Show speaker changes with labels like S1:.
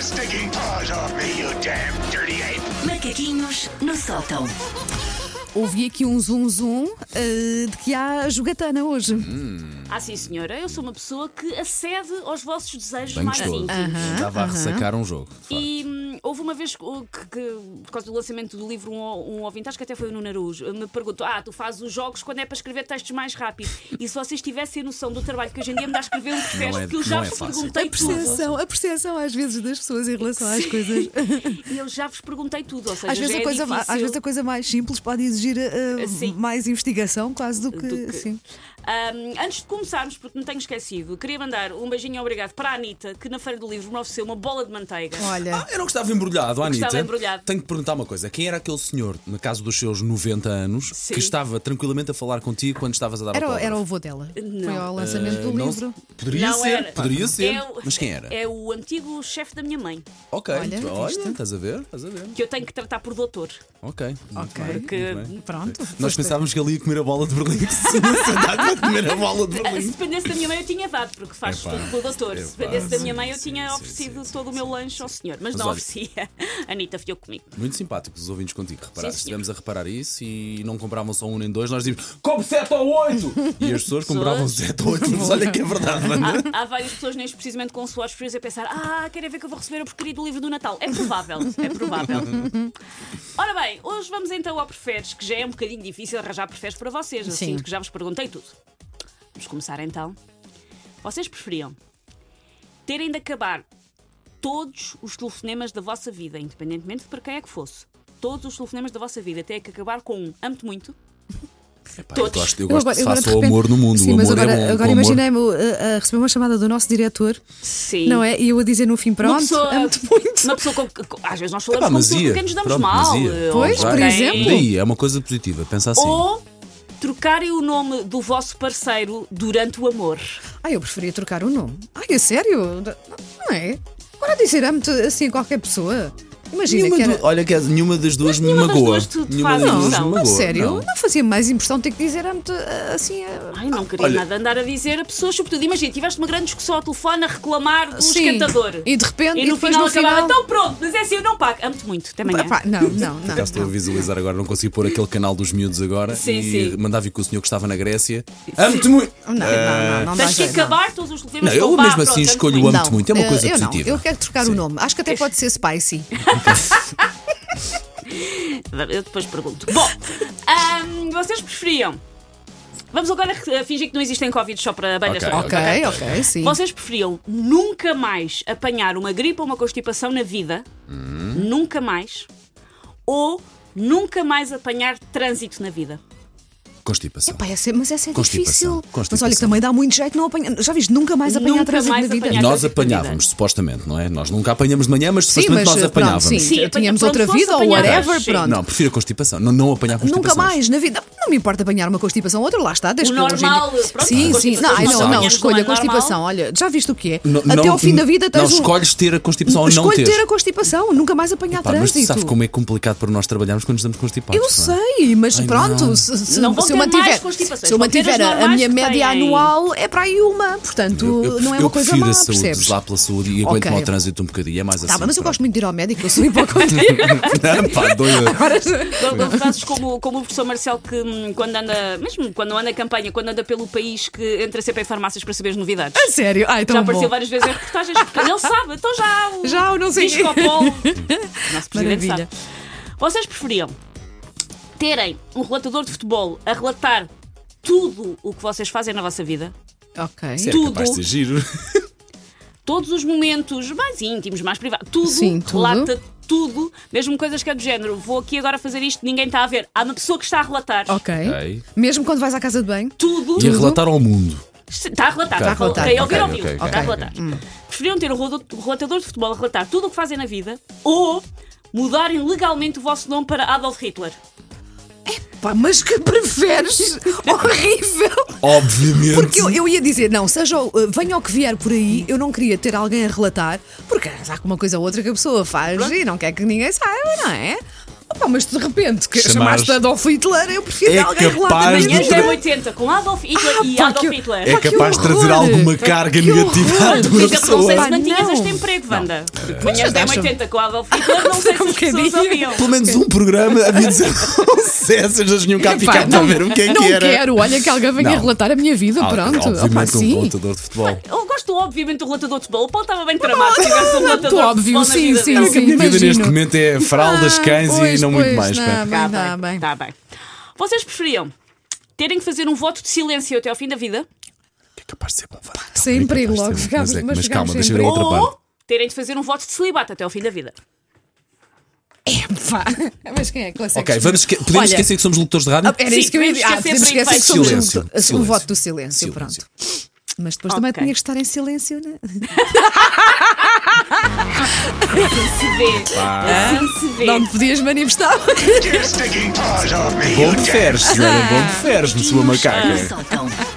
S1: sticking paws off me, you damn dirty ape!
S2: Macaquinhos no sótão.
S3: Ouvi aqui um zoom zoom eh, de que há jogatana hoje.
S4: Ah, sim, senhora. Eu sou uma pessoa que acede aos vossos desejos
S5: Bem
S4: mais
S5: gostoso. Ah,
S4: íntimos.
S5: Estava a ressacar um jogo. de facto.
S4: E hum, houve uma vez que, que- que, por causa do lançamento do livro, um, um ouvinte, acho que até foi o Nuno Araújo, me perguntou: Ah, tu fazes os jogos quando é para escrever textos mais rápido. E se vocês tivessem a noção do trabalho que hoje em dia me dá a escrever um texto,
S5: é-
S4: que eu já
S5: não é
S4: vos
S5: fácil.
S4: perguntei
S3: A percepção, a percepção às vezes das pessoas em relação às coisas.
S4: tudo. E eu já vos perguntei tudo. Ou seja,
S3: Às vezes,
S4: já
S3: a
S4: é
S3: coisa, ma-
S4: difícil.
S3: às vezes a coisa mais simples pode exigir eh,
S4: Sim.
S3: mais investigação, quase do que.
S4: do que-
S3: Sim.
S4: Ahm, antes de começarmos, porque me tenho esquecido, queria mandar um beijinho obrigado para a Anitta, que na Feira do Livro me ofereceu uma bola de manteiga.
S3: Olha,
S5: Ah, eu não estava embrulhado, Anitta.
S4: estava embrulhado.
S5: Tenho que perguntar uma coisa: quem era aquele senhor, no caso dos seus 90 anos,
S4: Sim.
S5: que estava tranquilamente a falar contigo quando estavas a dar
S3: era, o-
S5: autógrafo?
S3: era o avô dela. Foi ao lançamento do
S5: Eh, Não-
S3: livro.
S5: Poderia
S4: Não
S5: ser,
S4: era.
S5: poderia ser.
S4: É o-
S5: Mas quem era?
S4: É o antigo chefe da minha mãe,
S5: Ok,
S3: Olha,
S5: tu- olha,
S3: viste?
S5: estás a ver? Estás a ver?
S4: que eu tenho que tratar por doutor.
S5: Ok. muito
S3: Ok.
S5: bem, muito
S4: Que-
S5: bem.
S3: Pronto.
S5: Nós pensávamos que ele ia comer a bola de Berlim. Se não sentava a comer a bola de
S4: Ah, Se
S5: Berlim.
S4: dependesse da minha mãe, eu tinha dado, porque faz
S5: Epá.
S4: tudo pelo doutor. Se
S5: Epá,
S4: dependesse da
S5: sim,
S4: minha mãe, eu
S5: sim,
S4: tinha
S5: sim,
S4: oferecido
S5: sim,
S4: todo o meu lanche ao senhor, mas,
S5: Mas
S4: não
S5: olha-
S4: oferecia. A Anitta ficou comigo.
S5: Muito simpáticos os ouvintes contigo. Reparar,
S4: Sim,
S5: estivemos a reparar isso e não compravam só um nem dois, nós dizíamos compre 7 ou 8! E as pessoas compravam 7 ou 8, mas olha que é verdade, mano.
S4: Há, há várias pessoas neste precisamente com suores frios a pensar: ah, querem ver que eu vou receber o porcaria do livro do Natal? É provável, é provável. Ora bem, hoje vamos então ao Preferes, que já é um bocadinho difícil arranjar Preferes para vocês. Eu
S3: Sim.
S4: sinto que já vos perguntei tudo. Vamos começar então. Vocês preferiam terem de acabar todos os telefonemas da vossa vida, independentemente de para quem é que fosse. Todos os telefonemas da vossa vida, até que acabar com um. Amo-te muito.
S5: Epá, eu
S4: Todos.
S5: gosto, eu gosto
S3: agora-
S5: de
S3: agora,
S5: faço
S3: de
S5: o
S3: repente-
S5: amor no mundo.
S3: Sim,
S5: o
S3: mas
S5: amor
S3: agora,
S5: é bom,
S3: agora
S5: o amor-
S3: imaginei-me uh, a receber uma chamada do nosso diretor,
S4: Sim.
S3: não é? E eu a dizer no fim,
S4: Uma
S3: pronto,
S4: pessoa,
S5: é
S3: amo-te muito.
S4: Uma pessoa com, com- às vezes nós falamos
S5: Epá,
S4: com
S5: mas
S4: pessoas com
S5: ia.
S4: quem nos damos
S5: Pronto,
S4: mal.
S5: mas ia.
S4: eh,
S3: Pois,
S4: ou
S3: por
S4: quem-
S3: exemplo.
S5: Daí, é uma coisa positiva, pensa assim.
S4: Ou trocarem o nome do vosso parceiro durante o amor.
S3: Ah, eu preferia trocar o nome. Ai, é sério? Não não é? Agora dizer amo-te assim a qualquer pessoa. Imagina
S5: Nenhuma
S3: que era.
S5: du- Olha, que as- nenhuma das duas me
S4: nenhuma das
S5: magoa.
S4: duas tu- tu
S5: Nenhuma
S4: faz
S5: das
S3: Não,
S5: duas
S4: ilusão.
S5: me
S3: não, a
S5: magoa.
S3: sério?
S5: não.
S3: Não. fazia mais impressão ter que dizer amo-te ah, assim. ah,
S4: Ai, não queria
S5: Olha-
S4: nada andar a dizer, a pessoa, sobretudo. Imagina, tiveste uma grande discussão ao telefone a reclamar do
S3: Sim.
S4: esquentador.
S3: E de repente,
S4: E
S3: e
S4: no
S3: depois
S4: final
S3: no
S4: acabava,
S3: final-
S4: então pronto, mas é assim, eu não pago. Amo-te muito, até amanhã.
S3: Epá, não, não, não.
S5: Já estou a visualizar agora, não consigo pôr aquele canal dos miúdos agora
S4: Sim,
S5: e
S4: sim.
S5: mandava vir com o senhor que estava na Grécia. Amo-te muito!
S3: Não, não, não, não dá
S4: Tens que
S3: jeito, não.
S4: acabar todos os telefonemas
S5: Não, eu
S4: com o vá,
S5: mesmo
S4: pronto,
S5: assim
S4: amo-te
S5: escolho o
S4: muito.
S5: amo. Muito, muito, é uma
S3: eh,
S5: coisa
S3: eu não,
S5: positiva.
S3: eu quero trocar o nome. Acho que até pode ser Spicy.
S4: Eu depois pergunto. Bom, ahm, vocês preferiam. Vamos agora eh, fingir que não existem Covid só para abelhas.
S5: Ok.
S4: só.
S3: Ok, ok, sim.
S4: Vocês preferiam nunca mais apanhar uma gripe ou uma constipação na vida? Nunca mais. Ou nunca mais apanhar trânsito na vida?
S5: Constipação.
S3: Epá, essa- mas essa é
S5: Constipação,
S3: difícil. Mas olha que
S5: constipação.
S3: também dá muito jeito não apanhar. Já viste? Nunca mais apanhar
S4: Nunca
S3: trânsito
S4: mais
S3: na vida.
S4: apanhar.
S5: Nós
S4: Essa é a
S5: apanhávamos, supostamente, não é? Nós nunca apanhamos de manhã, mas supostamente nós
S3: eh,
S5: apanhávamos.
S3: Pronto, sim,
S4: Sim, apanha-
S3: tínhamos
S4: pronto,
S3: outra
S4: fosse
S3: vida ou
S4: apanhar,
S3: whatever,
S4: sim.
S3: pronto.
S5: Não, prefiro a constipação. Não, não apanhar
S3: Nunca
S5: constipações.
S3: mais na vida. Não me importa apanhar uma constipação ou outra, lá está. Desde
S4: O
S3: que eu hoje em
S4: normal,
S3: dia-
S4: pronto,
S3: Sim, sim.
S4: constipações
S3: Não, ai,
S4: normais,
S3: não, não.
S4: não
S3: Escolha
S4: é
S3: a constipação. Olha, já viste o que é? Até ao fim da vida
S5: Não
S3: tens um...
S5: escolhes ter a constipação ou não
S3: Escolho
S5: ter.
S3: ter a constipação. Nunca mais apanhar
S5: Pá, mas tu
S3: trânsito.
S5: sabes como é complicado para nós trabalharmos quando estamos constipados. é?
S3: Eu
S5: pá.
S3: sei, mas
S5: Ai,
S3: pronto,
S5: não.
S3: se, se-
S4: Não vão
S3: se eu
S4: ter mais
S3: mantiver,
S4: constipações,
S3: se eu
S4: vão ter as
S3: mantiver a, a
S4: normais
S3: minha
S4: que têm.
S3: média anual é para aí uma, portanto
S5: Eu, eu,
S3: não é
S5: eu
S3: uma coisa
S5: prefiro
S3: má,
S5: a saúde,
S3: percebes?
S5: lá pela saúde e aguento-me
S3: Ok.
S5: ao trânsito um bocadinho. É mais assim.
S3: Tá, bem, mas eu
S5: pronto.
S3: gosto muito de ir ao médico, eu sou hipocondríaca.
S5: Pá, doida.
S3: Agora-
S4: Não- não fazes como, como o professor Marcelo que hum, quando anda, mesmo quando não anda em campanha, quando anda pelo país que entra sempre em farmácias para saber as novidades.
S3: A sério, ai, tão
S4: Já
S3: bom.
S4: apareceu várias vezes em reportagens, porque ele sabe, então já o
S3: Já o não sei quê.
S4: Discopol. Nosso presidente
S3: Maravilha.
S4: sabe. Vocês preferiam terem um relatador de futebol a relatar tudo o que vocês fazem na vossa vida?
S3: Ok.
S5: Isso é
S4: Tudo.
S5: capaz de ser giro.
S4: Todos os momentos mais íntimos, mais privados, tudo,
S3: Sim, tudo.
S4: relata tudo, mesmo coisas que é do género. Vou aqui agora fazer isto, ninguém está a ver. Há uma pessoa que está a relatar
S3: Ok.
S5: Ok.
S3: Mesmo quando vais à casa de banho.
S4: tudo.
S5: E a relatar ao mundo.
S4: Está a relatar, está a
S3: relatar.
S4: relatar. Quem ouvir,
S5: Ok,
S4: ouviu.
S5: ok,
S4: Está
S5: ok.
S4: a relatar.
S3: Hum.
S4: Preferiam ter um rodo- relatador de futebol a relatar tudo o que fazem na vida ou mudarem legalmente o vosso nome para Adolf Hitler?
S3: Pá, mas que preferes? Horrível!
S5: Obviamente.
S3: Porque eu, eu ia dizer, não, seja o- eh, venha o que vier por aí, eu não queria ter alguém a relatar, porque há alguma coisa ou outra que a pessoa faz e não quer que ninguém saiba, não é? Opa, mas de repente, que
S5: Chamares-
S3: chamaste Adolf Hitler, eu prefiro
S5: É
S3: que alguém relata
S5: capaz
S3: na
S5: de-
S3: minha
S4: Manhãs
S5: Mas
S4: da
S5: tu-
S4: 80 com Adolf Hitler
S3: Ah,
S4: e
S3: pá,
S4: Adolf
S3: que-
S4: Hitler.
S5: É
S3: que
S5: capaz de trazer
S3: horror!
S5: alguma
S3: Que
S5: carga negativa à
S3: horror!
S4: Fica que
S5: tua
S4: não
S5: pessoa.
S4: sei se
S3: Pá,
S4: mantinhas
S3: não.
S4: este emprego, Wanda. Manhãs
S3: mas
S4: da
S3: deixa-me.
S4: 80 com Adolf Hitler, não sei se
S3: Um
S4: as pessoas
S3: bocadinho.
S4: ouviam.
S5: Pelo menos um programa havia de um dizer essas, eles vinham cá
S3: Epá,
S5: ficar para ver o que é
S3: não
S5: que era.
S3: quero, olha que alguém venha
S5: Não.
S3: relatar a minha vida,
S5: Ah,
S3: pronto. Opa,
S5: Obviamente, um
S3: sim.
S5: contador de futebol.
S4: Eu gosto, obviamente, do relatador de futebol. O Paulo estava bem tramado se tivesse um relatador
S3: Pô,
S4: de
S3: óbvio,
S4: futebol na
S3: sim,
S4: vida
S3: sim,
S4: dele.
S5: A
S3: sim.
S5: minha vida neste
S3: imagino.
S5: momento é fraldas,
S3: Ah,
S5: cães
S3: pois,
S5: e não muito
S3: pois,
S5: mais. pá.
S3: não.
S4: Tá
S3: Bem, tá bem.
S4: Tá bem. Vocês preferiam terem que fazer um voto de silêncio até ao fim da vida
S5: É capaz de ser bom. vá. Calma,
S3: sem
S5: é capaz
S3: emprego
S5: de ser
S3: logo,
S5: bom.
S3: ficamos-
S5: Mas, é-
S3: mas
S5: mas calma,
S3: ficamos
S5: deixa eu
S3: sem
S5: ir a outra parte.
S4: ou terem de fazer um voto de celibato até ao fim da vida?
S3: Pá, mas quem é que consegue?
S5: Ok, vamos esque- podemos
S3: Olha,
S5: esquecer que somos locutores de rádio?
S3: Era
S4: Sim,
S3: isso que eu ia
S4: podemos
S3: dizer. Ah,
S4: esquecer
S3: podemos
S4: por
S3: esquecer que
S4: efeito.
S3: somos
S5: Silêncio,
S3: locutores- o
S5: silêncio.
S3: voto do silêncio,
S5: Silêncio.
S3: pronto. Mas depois também
S4: Ok.
S3: tinha que estar em silêncio, né?
S4: Se vê. Assim se vê.
S3: Não te podias manifestar.
S1: Get your sticking paws off me,
S5: Bom
S1: you
S5: de
S1: damn
S5: um feres, senhora, bom de feres, me sua macaca.
S2: no sótão.